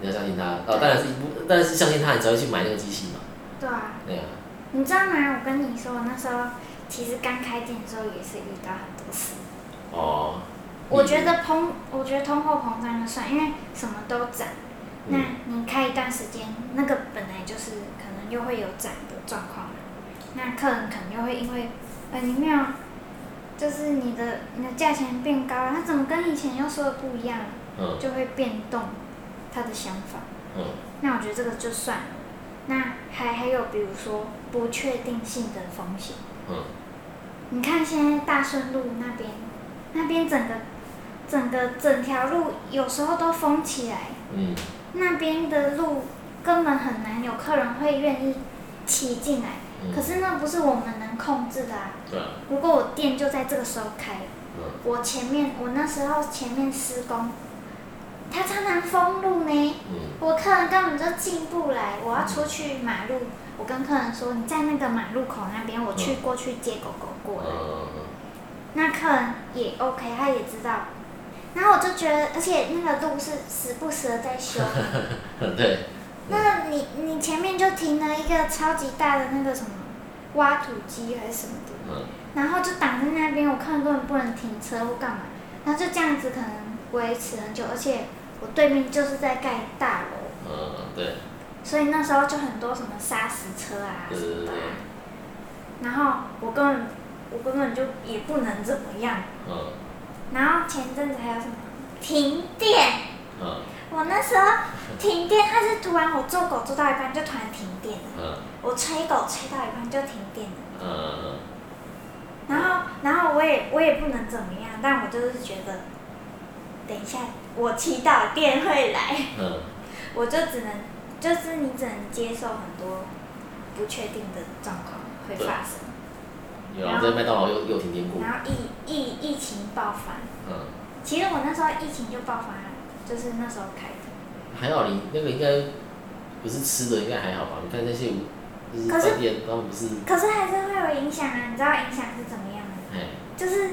S2: 你要相信他，呃，当然是一部，当然是相信他，你才会去买那个机器嘛，
S3: 对啊，
S2: 对啊，
S3: 你知道吗？我跟你说，我那时候其实刚开店的时候也是遇到很多事，
S2: 哦，
S3: 我觉得膨，我觉得通货膨胀就算，因为什么都涨，那
S2: 嗯
S3: 你开一段时间，那个本来就是可能又会有涨的状况嘛，那客人可能又会因为，呃，你没有，就是你的你的价钱变高了，他怎么跟以前又说的不一样，
S2: 嗯
S3: 就会变动他的想法。
S2: 嗯
S3: 那我觉得这个就算了，那还还有比如说不确定性的风险。
S2: 嗯，
S3: 你看现在大顺路那边，那边整个整个整条路有时候都封起来，
S2: 嗯
S3: 那边的路根本很难有客人会愿意骑进来。
S2: 嗯，
S3: 可是那不是我们能控制的啊！
S2: 对啊，
S3: 如果我店就在这个时候开，
S2: 嗯
S3: 我前面我那时候前面施工，它常常封路呢。
S2: 嗯
S3: 我客人根本就进不来，我要出去马路，我跟客人说你在那个马路口那边，我去过去接狗狗过来。
S2: 嗯
S3: 那客人也 OK，他也知道。然后我就觉得，而且那个路是时不时的在修，
S2: 嗯，对，
S3: 那你你前面就停了一个超级大的那个什么挖土机还是什么的，
S2: 嗯
S3: 然后就挡在那边，我看根本不能停车或干嘛，然后就这样子可能维持很久，而且我对面就是在盖大楼，
S2: 嗯对，
S3: 所以那时候就很多什么砂石车啊
S2: 对
S3: 什
S2: 对
S3: 么
S2: 对
S3: 的
S2: 对
S3: 啊、然后我根本我根本就也不能怎么样，
S2: 嗯
S3: 然后前阵子还有什么停电，
S2: 嗯
S3: 我那时候停电，它是突然我做狗做到一半就突然停电了，
S2: 嗯
S3: 我吹狗吹到一半就停电了。
S2: 嗯嗯
S3: 然后，然后我也我也不能怎么样，但我就是觉得，等一下我祈祷电会来，
S2: 嗯
S3: 我就只能就是你只能接受很多不确定的状况会发生，
S2: 嗯，有啊，在麦当劳又又停电过，
S3: 然后疫疫疫情爆发，
S2: 嗯，
S3: 其实我那时候疫情就爆发了，就是那时候开的，
S2: 还好你那个应该不是吃的，应该还好吧？你看那些无就是
S3: 可是
S2: 饭店，他们不是
S3: 可是还是会有影响啊，你知道影响是怎么样吗？
S2: 哎
S3: 就是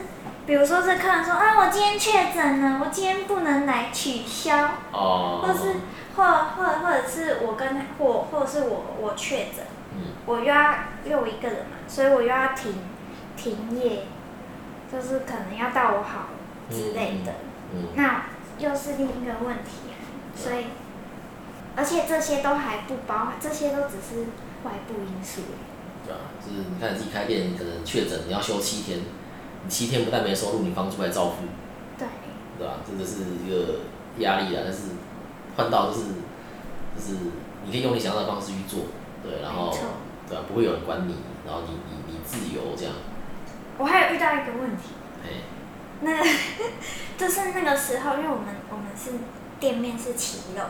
S3: 比如说这客人说啊，我今天确诊了，我今天不能来取消，
S2: 哦，
S3: 或是或或或者是我跟他或或者是我我确诊，
S2: 嗯
S3: 我又要因为我一个人嘛，所以我又要停停业，就是可能要到我好之类的，
S2: 嗯
S3: 那又是另一个问题啊。所以，而且这些都还不包含，这些都只是外部因素。
S2: 对啊，就是你看你自己开店，你可能确诊，你要休七天，你七天不但没收入，你房租还照付，
S3: 对，
S2: 对吧、这就是一个压力啊。但是换到就是就是你可以用你想要的方式去做，对，然后
S3: 没错
S2: 对啊，不会有人管你，然后你你你自由这样，
S3: 我还有遇到一个问题，
S2: 哎，
S3: 那个就是那个时候，因为我们我们是店面是七楼，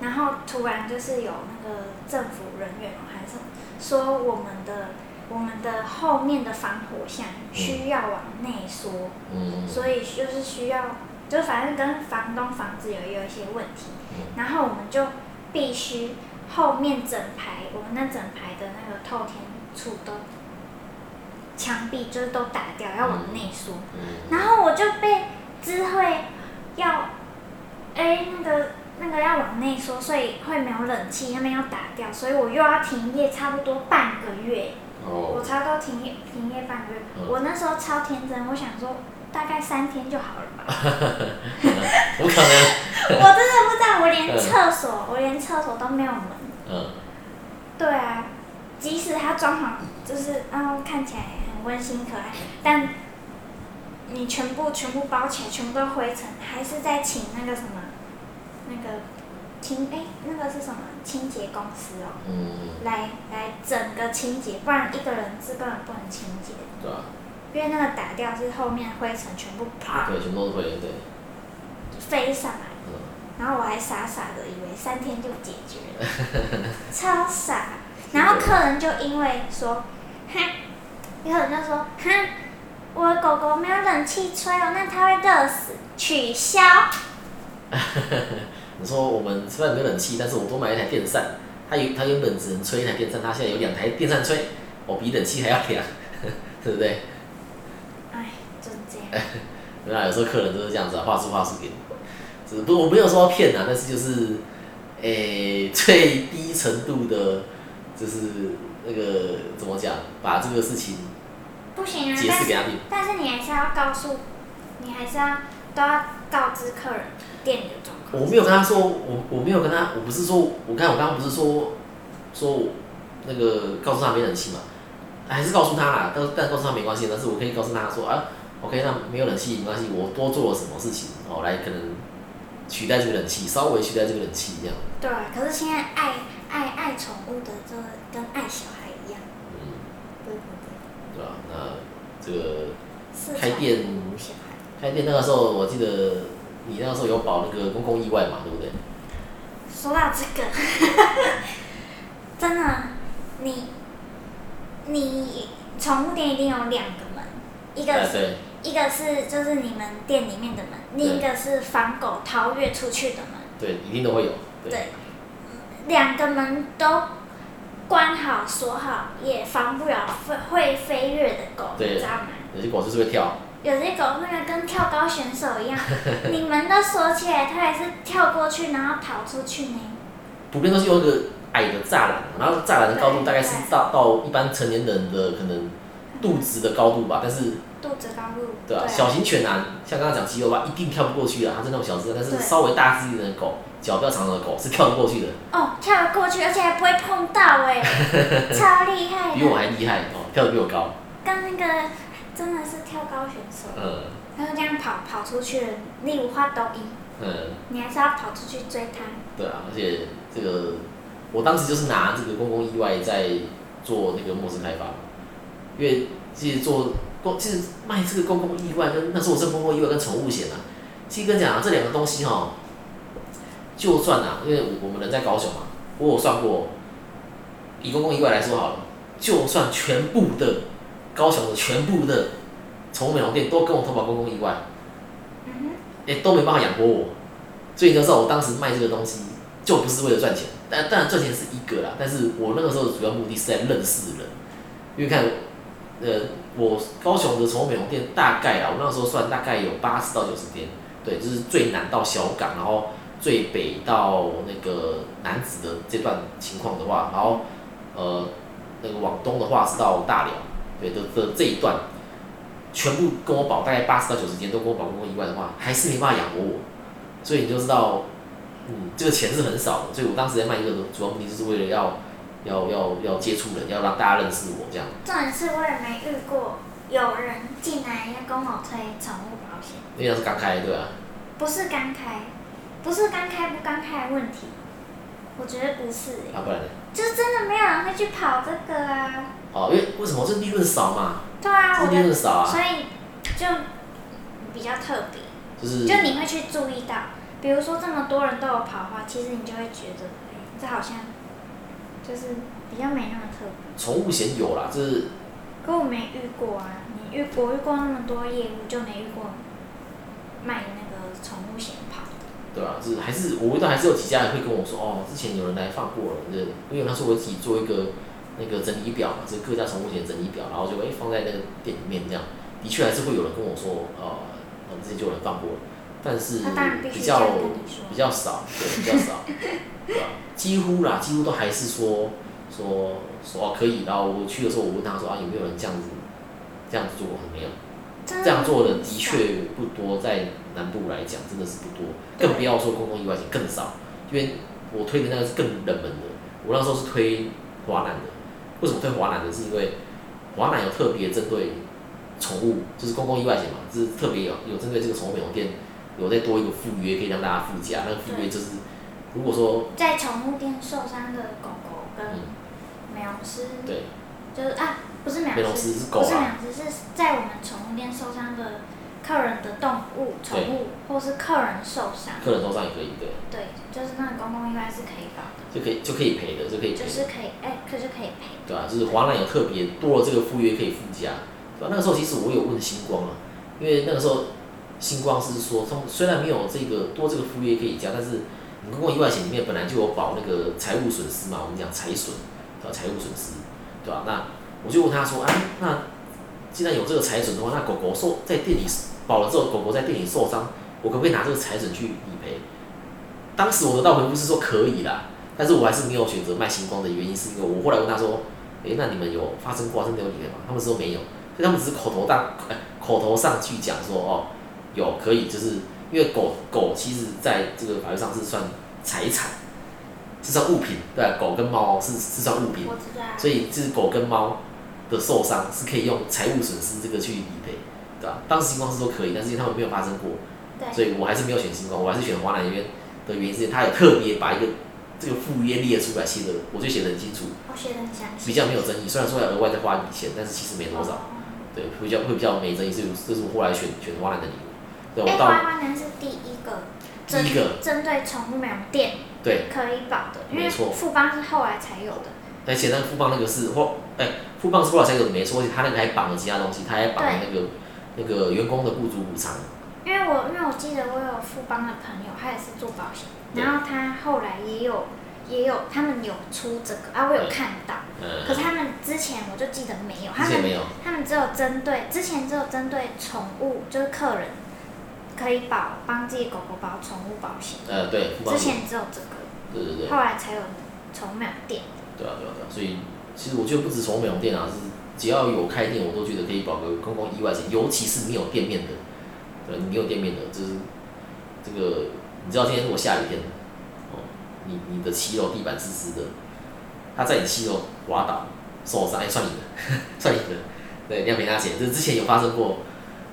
S3: 然后突然就是有那个政府人员哦还是说我们的我们的后面的防火巷需要往内缩，
S2: 嗯，
S3: 所以就是需要就反正跟房东房子有有一些问题，
S2: 嗯
S3: 然后我们就必须后面整排我们那整排的那个透天处都墙壁就是都打掉，要往内缩。
S2: 嗯，
S3: 然后我就被知会要，哎、那个那个要往内缩，所以会没有冷气，那边要打掉，所以我又要停业差不多半个月，我
S2: 哦，
S3: 差不多停业停业半个月。
S2: 嗯
S3: 我那时候超天真，我想说大概三天就好了吧，
S2: 不可能，
S3: 我真的不知道，我
S2: 嗯
S3: 连厕所我连厕所都没有门。
S2: 嗯
S3: 对啊，即使它装潢就是嗯看起来很温馨可爱，但你全部全部包起来，全部都灰尘，还是在请那个什么那个清哎、那个是什么清洁公司哦，
S2: 嗯，
S3: 来来整个清洁，不然一个人是根本不能清洁，
S2: 对啊吧、
S3: 因为那个打掉是后面灰尘全部啪
S2: 对，全部都会，对，
S3: 飞上来，
S2: 嗯，
S3: 然后我还傻傻的以为三天就解决了， 超傻。然后客人就因为说，哼，客人就说，哼，我的狗狗没有冷气吹哦，那它会热死，取消。
S2: 你说我们虽然没有冷气，但是我多买一台电扇，它原它原本只能吹一台电扇，它现在有两台电扇吹，我比冷气还要凉， 对不对？
S3: 哎，就是这样。
S2: 对啊，有时候客人都是这样子啊，话术话术给你，只不我没有说要骗啊，但是就是，诶、 最低程度的，就是那个怎么讲，把这个事情
S3: 不行啊，
S2: 解
S3: 但
S2: 释给
S3: 是
S2: 他听。
S3: 但是你还是要告诉，你还是要都要告知客人店里的状况。
S2: 我没有跟他说，我我没有跟他，我不是说，我看我刚刚不是说说我那个告诉他没冷气嘛，还是告诉他啦，但但告诉他没关系，但是我可以告诉他说啊，OK，那没有冷气没关系，我多做了什么事情哦，来可能取代这个冷气，稍微取代这个冷气这样，
S3: 对啊，可是现在爱爱爱宠物的，就是跟爱小孩一样，
S2: 嗯，
S3: 对不
S2: 对吧、那这个
S3: 对？
S2: 开
S3: 是宠
S2: 店
S3: 物无小孩。
S2: 开店那个时候，我记得你那个时候有保那个公共意外嘛，对不对？
S3: 说到这 个，真的，啊你你宠物店一定有两个门，一个
S2: 哎
S3: 是、
S2: 对，
S3: 一个是就是你们店里面的门，另一个是防狗逃越出去的门，
S2: 对，一定都会有，对，
S3: 对，两个门都关好锁好，也防不了会会飞跃的狗，你
S2: 对
S3: 知道吗？
S2: 有些狗就是会跳，
S3: 有些狗会跟跳高选手 一样，你门都锁起来，它还是跳过去，然后逃出去呢。
S2: 普遍都是有一个矮的栅栏，然后栅栏的高度大概是到到一般成年人的可能肚子的高度吧，但是
S3: 肚子高度，
S2: 对啊，小型犬啊，像刚刚讲肌肉吧，一定跳不过去啊，它是那种小只的，但是
S3: 对
S2: 稍微大只一点的狗，脚比较长的狗是跳不过去的，
S3: 哦，跳得过去，而且还不会碰到 哎、超厉害
S2: 比我
S3: 的，
S2: 还厉害哦，跳得比我高，
S3: 跟那个真的是跳高选手，
S2: 嗯，
S3: 他就这样跑跑出去了，例如花抖音，
S2: 嗯，
S3: 你还是要跑出去追他。
S2: 对啊，而且这个我当时就是拿这个公共意外在做那个陌生开发，因为其实做公其实卖这个公共意外跟那时候我是公共意外跟宠物险啊，其实跟你讲、啊、这两个东西哈，就算啊，因为我们人在高雄嘛，我有算过，以公共意外来说好了，就算全部的高雄的全部的宠物美容店都跟我投保公共意外，
S3: 嗯
S2: 也、哎都没办法养活我，所以你就知道我当时卖这个东西就不是为了赚钱，但当然赚钱是一个啦，但是我那个时候的主要目的是在认识人，因为看，呃，我高雄的宠物美容店大概啊，我那时候算大概有八十到九十店，对，就是最南到小港，然后最北到那个南子的这段情况的话，然后呃，那个往东的话是到大寮，对的的这一段。全部跟我保大概八十到九十间都跟我保公共意外的话，还是没办法养活我，所以你就知道，嗯，这个钱是很少的。所以我当时在卖这个主要目的就是为了要 要要要接触人，要让大家认识我这样。
S3: 哼，重点是我也没遇过有人进来要跟我推宠物保险，
S2: 因为那是刚开对吧、
S3: 不是刚开，不是刚开不刚开的问题，我觉得不是、欸，
S2: 啊，不然呢？
S3: 就真的没有人会去跑这个啊。
S2: 哦，因为为什么这利润少嘛？
S3: 对啊，
S2: 这
S3: 我
S2: 利润
S3: 的，
S2: 少啊
S3: 所，以就比较特别。
S2: 就是
S3: 就你会去注意到，比如说这么多人都有跑的话，其实你就会觉得，哎、这好像就是比较没那么特别。
S2: 宠物险有啦，就是
S3: 可我没遇过啊，你遇我遇过那么多业务，就没遇过卖那个宠物险跑的。
S2: 对吧、就是还是我遇到还是有几家人会跟我说，哦，之前有人来放过了，这因为那时候我自己做一个那个整理表嘛，就是各家宠物险整理表，然后就哎、放在那个店里面这样，的确还是会有人跟我说，呃，我们之前就有人放过了，但是
S3: 他当然必须
S2: 比
S3: 这样
S2: 较
S3: 跟你说。
S2: 比较少，对，比较少，对吧、几乎啦，几乎都还是说说说哦可以，然后我去的时候我问他说啊有没有人这样子这样子做过，没有。
S3: 真
S2: 这样做的
S3: 很
S2: 的
S3: 少
S2: 确不多，在南部来讲真的是不多，更不要说公共意外险更少，因为我推的那个是更冷门的，我那时候是推华南的。为什么推华南的？是因为华南有特别针对宠物，就是公共意外险嘛，就是特别有有针对这个宠物美容店有再多一个附约，可以让大家附加。那个附约就是，如果说
S3: 在宠物店受伤的狗狗跟
S2: 嗯
S3: 美容师，
S2: 对
S3: 就是啊，不是美
S2: 美
S3: 容
S2: 容
S3: 师，
S2: 师是狗
S3: 不是美
S2: 啊，
S3: 容师，是在我们宠物店受伤的客人的动物、宠物，或是客人受伤，
S2: 客人受伤也可以，对，
S3: 对，就是那个公共意外是可以保的，
S2: 就可以就可以赔的，就可以赔
S3: 就
S2: 的。
S3: 是可以，哎、可是可以赔。
S2: 对啊，就是华南有特别多了这个赴约可以附加，对吧、那个时候其实我有问星光啊，因为那个时候星光是说，他们虽然没有这个多这个赴约可以加，但是你公共意外险里面本来就有保那个财务损失嘛，我们讲财损，对吧、财务损失，对吧、那我就问他说，哎、那既然有这个财损的话，那狗狗受在店里保了之后，狗狗在店里受伤，我可不可以拿这个财损去理赔？当时我得到回复是说可以啦， 但是我还是没有选择卖星光的原因是因为我后来问他说，诶，那你们有发生过啊真的有理赔吗？他们说没有，所以他们只是口头大、呃口头上去讲说哦，有可以，就是因为狗狗其实在这个法律上是算财产，是算物品，对啊吧、狗跟猫是是算物品，
S3: 我知道啊，
S2: 嗯所以就是狗跟猫的受伤是可以用财务损失这个去理赔，对吧、当时情况是说可以，但是因为他们没有发生过，所
S3: 对，
S2: 以我还是没有选星光，我还是选华南医院的原因是他有特别把一个这个赴约列出来，写的我就写的很清楚，
S3: 我学的很详细，
S2: 比较没有争议。虽然说要额外再花一笔钱，但是其实没多少，
S3: 哦
S2: 对，会比较会比较没争议。所以这是我后来选选华南的理由。对，
S3: 哎，
S2: 我
S3: 花
S2: 到
S3: 花男是第一个针
S2: 第一个，
S3: 针对宠物美容店
S2: 对，
S3: 可以保的，因
S2: 没
S3: 为
S2: 错
S3: 富邦是后来才有的，
S2: 而且那个富邦那个是或哎，富邦是后来才有的没错，而且他那个还绑了其他东西，他还绑了那个那个员工的雇主补偿，
S3: 因为我因为我记得我有富邦的朋友，他也是做保险，
S2: 对
S3: 然后他后来也有也有他们有出这个啊，我有看到，可是
S2: 嗯，
S3: 他们之前我就记得没有，他
S2: 之前
S3: 们
S2: 没有，
S3: 他们只有针对之前只有针对宠物就是客人可以保帮自己狗狗保宠物保险，
S2: 呃，对，富邦
S3: 之
S2: 有，
S3: 前只有这个，
S2: 对对对。
S3: 后来才有宠物美容店，
S2: 对啊，对啊，对啊，所以其实我觉得不止宠物美容店啊，就是只要有开店，我都觉得可以保个公共意外险，尤其是没有店面的，对，你没有店面的，就是这个，你知道今天如果下雨天，哦，你你的七楼地板湿湿的，它在你七楼滑倒受伤，哎，算你的， 算你的，对，你要赔他钱。这之前有发生过，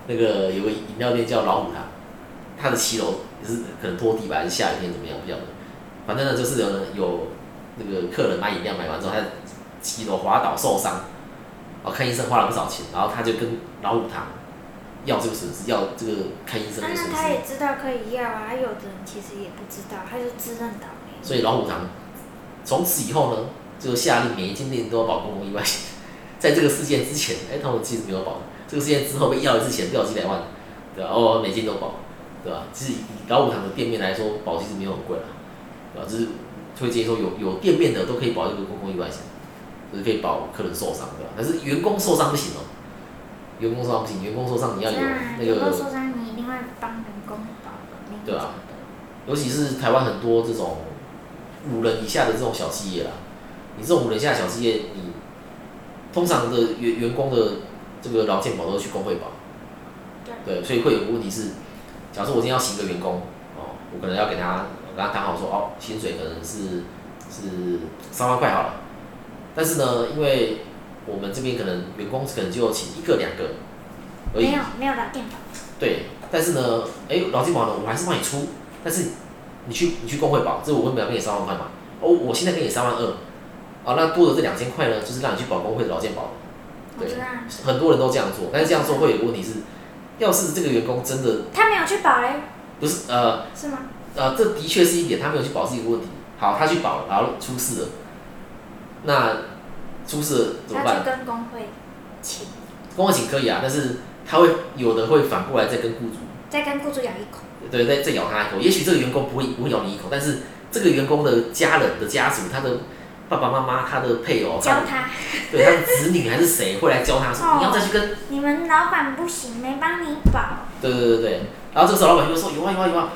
S2: 那个有个饮料店叫老虎堂，它的七楼也是可能拖地吧，还是下雨天怎么样，不晓得。反正呢，就是有人有那个客人买饮料买完之后，他骑楼滑倒受伤，然后看医生花了不少钱，然后他就跟老五堂要这个损失，要这个看医生
S3: 啊
S2: 的损
S3: 那
S2: 失。
S3: 他也知道可以要啊，有的人其实也不知道，他就自认倒霉。
S2: 所以老虎堂从此以后呢，就下令每一间店都要保公共意外险。 在这个事件之前， 哎、他们其实没有保。这个事件之后被要一次钱，掉几百万，对吧、哦，每间都保，对吧、其实以老虎堂的店面来说，保其实没有很贵啦，对吧、就是推荐说有有店面的都可以保这个公共意外险，就是可以保客人受伤，对吧、但是员工受伤不行哦、员工受伤不行，员工受伤你要有那
S3: 啊有
S2: 个
S3: 时候受伤，你一定会帮员工保命。
S2: 对啊尤其是台湾很多这种五人以下的这种小企业啦，啊你这种五人以下的小企业，你通常的员员工的这个劳健保都是去工会保，对，所以会有个问题是，假如说我今天要请一个员工哦，我可能要给他，我跟他谈好说哦，薪水可能是是三万块好了，但是呢，因为我们这边可能员工可能就请一个两个而已
S3: 没，有没有打电保，
S2: 对，但是呢，哎、劳健保呢，我还是帮你出，但是你去你去工会保，这我会表给你三万块嘛，哦，我现在给你三万二，啊，那多的这两千块呢，就是让你去保工会的劳健保，
S3: 我
S2: 对
S3: 知道啊。
S2: 很多人都这样做，但是这样做会有个问题是，要是这个员工真的
S3: 他没有去保嘞，
S2: 不是呃
S3: 是吗？
S2: 呃，这的确是一点，他没有去保是一个问题，好，他去保，然后出事了，那出事了怎么
S3: 他去
S2: 办？
S3: 跟工会请，
S2: 工会请可以啊，但是他会有的会反过来再跟雇主
S3: 再跟雇主咬一口。
S2: 对，再再咬他一口。也许这个员工不会不会咬你一口，但是这个员工的家人的家属，他的爸爸妈妈、他的配偶、他
S3: 教
S2: 的
S3: 他，
S2: 对他的子女还是谁会来教他说、
S3: 哦
S2: 你要再去跟
S3: 你们老板不行，没帮你保，
S2: 对对对对。然后这个时候老板就会说有啊有啊有啊，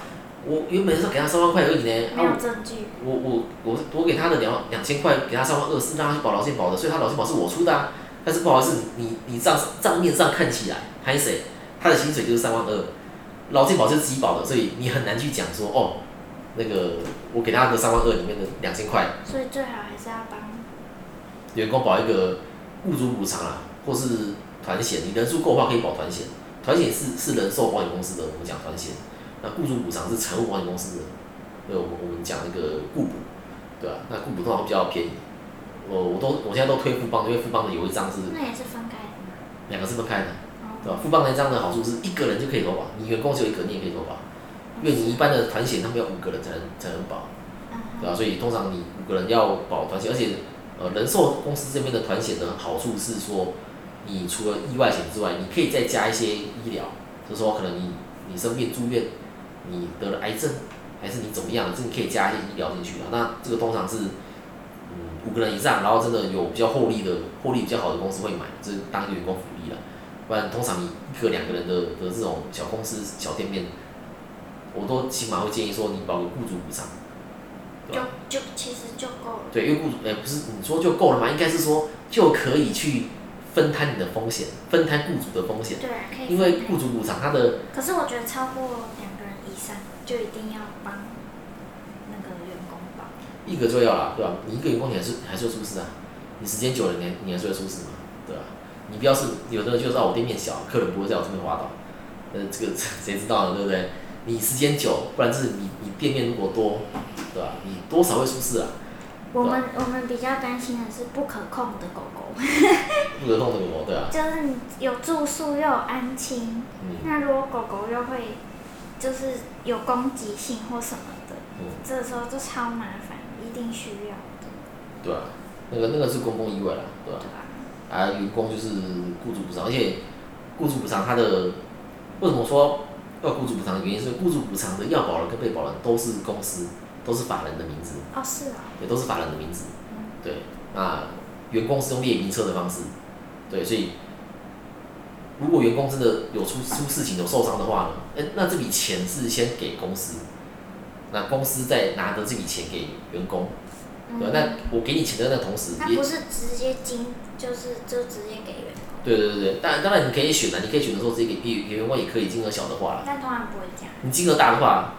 S2: 我原本是给他三万块而已呢，
S3: 没有
S2: 啊
S3: 证据，
S2: 我我我我给他的两两千块，给他三万二是让他去保劳健保的，所以他劳健保是我出的啊。但是不好意思，你你账账面上看起来还谁他的薪水就是三万二，劳健保就是自己保的，所以你很难去讲说哦，那个我给他的三万二里面的两千块，
S3: 所以最好还是要帮。
S2: 员工保一个雇主补偿啊，或是团险，你人数够的话可以保团险，团险是是人寿保险公司的，我们讲团险，那雇主补偿是财务保险公司的，对，我们我们讲那个雇补，对吧、啊那雇补通常比较便宜，我我都我现在都推富邦的，因为富邦的有一张是
S3: 那也是分开的嘛。
S2: 两个是分开的，对
S3: 哦，
S2: 吧、富邦那一张的好处是一个人就可以投保，你员工只有一个，你也可以投保，啊因为你一般的团险他们要五个人才能才能保。对啊，
S3: 嗯，
S2: 所以通常你五个人要保团险，而且呃，人寿公司这边的团险呢，好处是说，你除了意外险之外，你可以再加一些医疗，就是说可能你你生病住院，你得了癌症，还是你怎么样，这你可以加一些医疗进去啊。那这个通常是嗯五个人以上，然后真的有比较获利的获利比较好的公司会买，这、是当员工福利了。不然通常你一个两个人的的这种小公司小店面，我都起码会建议说你保个雇主补偿。对
S3: 就
S2: 吧
S3: 就其实就够了。
S2: 对，因为雇主哎、不是你说就够了吗？应该是说就可以去分摊你的风险，分摊雇主的风险。
S3: 对啊，可以分开。
S2: 因为雇主补偿他的
S3: 可是我觉得超过两个人以上，就一定要帮那个员工保。
S2: 一个就要啦，对吧、你一个员工你还是还是会出事啊，你时间久了你还你还是会出事嘛，对吧、你不要是有的人就是啊我店面小，客人不会在我这边滑倒，呃这个 谁知道呢，对不对？你时间久，不然就是你你店面如果多，对吧、你多少会出事啊，
S3: 我们
S2: 啊
S3: 我们比较担心的是不可控的狗狗，
S2: 不得动的我，对啊，
S3: 就是你有住宿又有安亲，
S2: 嗯
S3: 那如果狗狗又会就是有攻击性或什么的，
S2: 嗯。
S3: 这时候就超麻烦，一定需要的，
S2: 对啊，那个那个是公共意外啦，对吧、
S3: 对吧？
S2: 啊？员工就是雇主补偿，而且雇主补偿它的为什么说要雇主补偿的原因是，雇主补偿的要保人跟被保人都是公司，都是法人的名字，
S3: 哦，是哦，
S2: 对，都是法人的名字
S3: 嗯，
S2: 对。那员工是用列名册的方式，对，所以如果员工真的有出出事情有受伤的话呢，哎、那这笔钱是先给公司，那公司再拿着这笔钱给员工，对，啊那
S3: 嗯，
S2: 我给你钱的那同时
S3: 那
S2: 也
S3: 不是直接金，就是就直接给员工，
S2: 对对对对，当然当然你可以选的，啊你可以选择说直接给给给员工也可以，金额小的话啦，
S3: 但通常不会这样，
S2: 你金额大的话，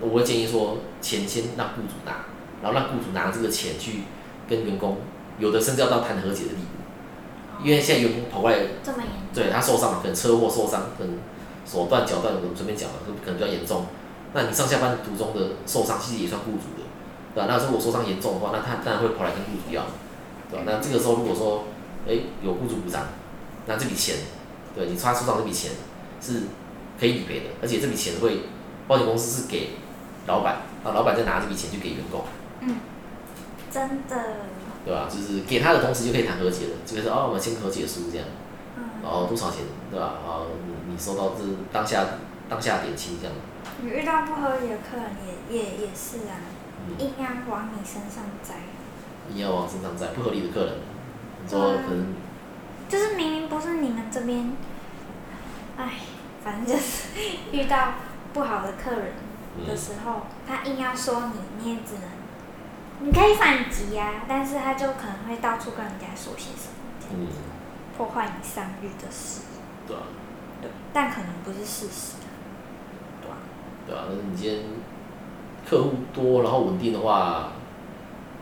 S2: 我会建议说钱先让雇主拿，然后让雇主拿这个钱去跟员工，有的甚至要到谈和解的地步，因为现在员工跑过来，
S3: 哦这么
S2: 啊
S3: 严重，
S2: 对他受伤了，可能车祸受伤，可能手断脚断，我们随便讲了，可能比较严重，那你上下班途中的受伤，其实也算雇主的，对吧、啊那如果哎受伤严重的话，那他当然会跑来跟雇主要，对吧、啊那这个时候如果说，哎、有雇主补偿，那这笔钱，对你他受伤这笔钱是可以理赔的，而且这笔钱会保险公司是给老板，那老板再拿这笔钱去给员工，
S3: 嗯真的，
S2: 对吧、就是给他的同时就可以谈和解了，就是哦，我们签和解书这样。
S3: 嗯，
S2: 然后多少钱，对吧？然后你你收到这当下当下点清这样，
S3: 你遇到不合理的客人也也也是啊，
S2: 嗯，
S3: 硬要往你身上栽，
S2: 你要往身上载不合理的客人，你说可能
S3: 就是明明不是你们这边，哎，反正就是 遇到不好的客人
S2: 嗯
S3: 的时候，他硬要说你，你也只能，你可以反击呀、但是他就可能会到处跟人家说些什么，这样
S2: 嗯，
S3: 破坏你商誉的事，
S2: 对啊吧？
S3: 对，但可能不是事实啊，对啊
S2: 对吧？那你今天客户多，然后稳定的话，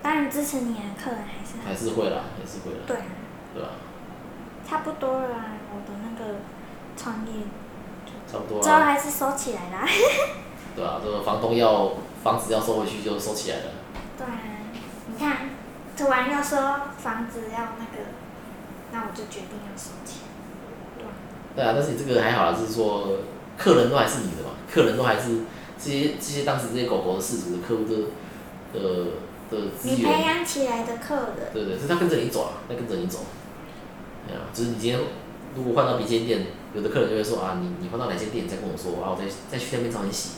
S3: 当然支持你的客人还是
S2: 还
S3: 很
S2: 是会啦，还是会啦，
S3: 对啊，
S2: 嗯对吧？
S3: 差不多了啊，我的那个创业
S2: 差不多
S3: 之后
S2: 啦，
S3: 还是收起来啦。
S2: 对吧？这个房东要房子要收回去就收起来了，
S3: 对啊，你看，突然又说房子要那个，那我就决定要收起来。对啊，
S2: 对啊，但是你这个还好啦，就是说客人都还是你的嘛，客人都还是这些这些当时这些狗狗的事主的客户的的的资
S3: 你
S2: 源
S3: 培。养起来的客人，
S2: 对对，是他跟着你走啊，他跟着你走。对啊，就是你今天如果换到别间店，有的客人就会说啊，你你换到哪间店，你再跟我说啊，我再再去那边找你洗，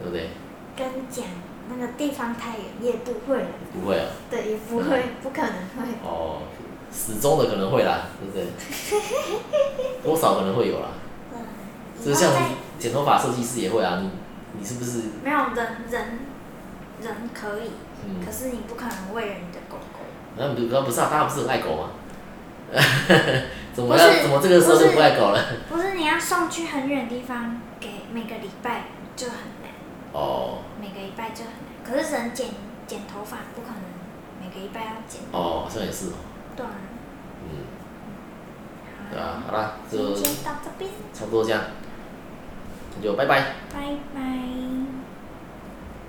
S2: 对不对？
S3: 跟你讲那个地方太远也不会了，
S2: 不会啊，
S3: 对，也不会，不可能会。
S2: 哦，始终的可能会啦，对不对？多少可能会有啦，
S3: 对，
S2: 就是像你剪头发设计师也会啊，你你是不是
S3: 没有人人人可以，
S2: 嗯
S3: 可？是你不可能喂了你的狗狗，
S2: 那不那不是啊，大家不是很爱狗吗？ 怎么
S3: 不是
S2: 要怎么这个时候就
S3: 不是
S2: 不爱狗了？
S3: 不是你要送去很远的地方，给每个礼拜就很难。
S2: 哦
S3: 每个礼拜就很难。可是人剪剪头发不可能每个礼拜要剪，
S2: 哦，好像也是哦，
S3: 对啊。
S2: 嗯，
S3: 好
S2: 对啊，好啦，
S3: 今
S2: 就。
S3: 天到这边，
S2: 差不多这样，那就拜拜。
S3: 拜拜。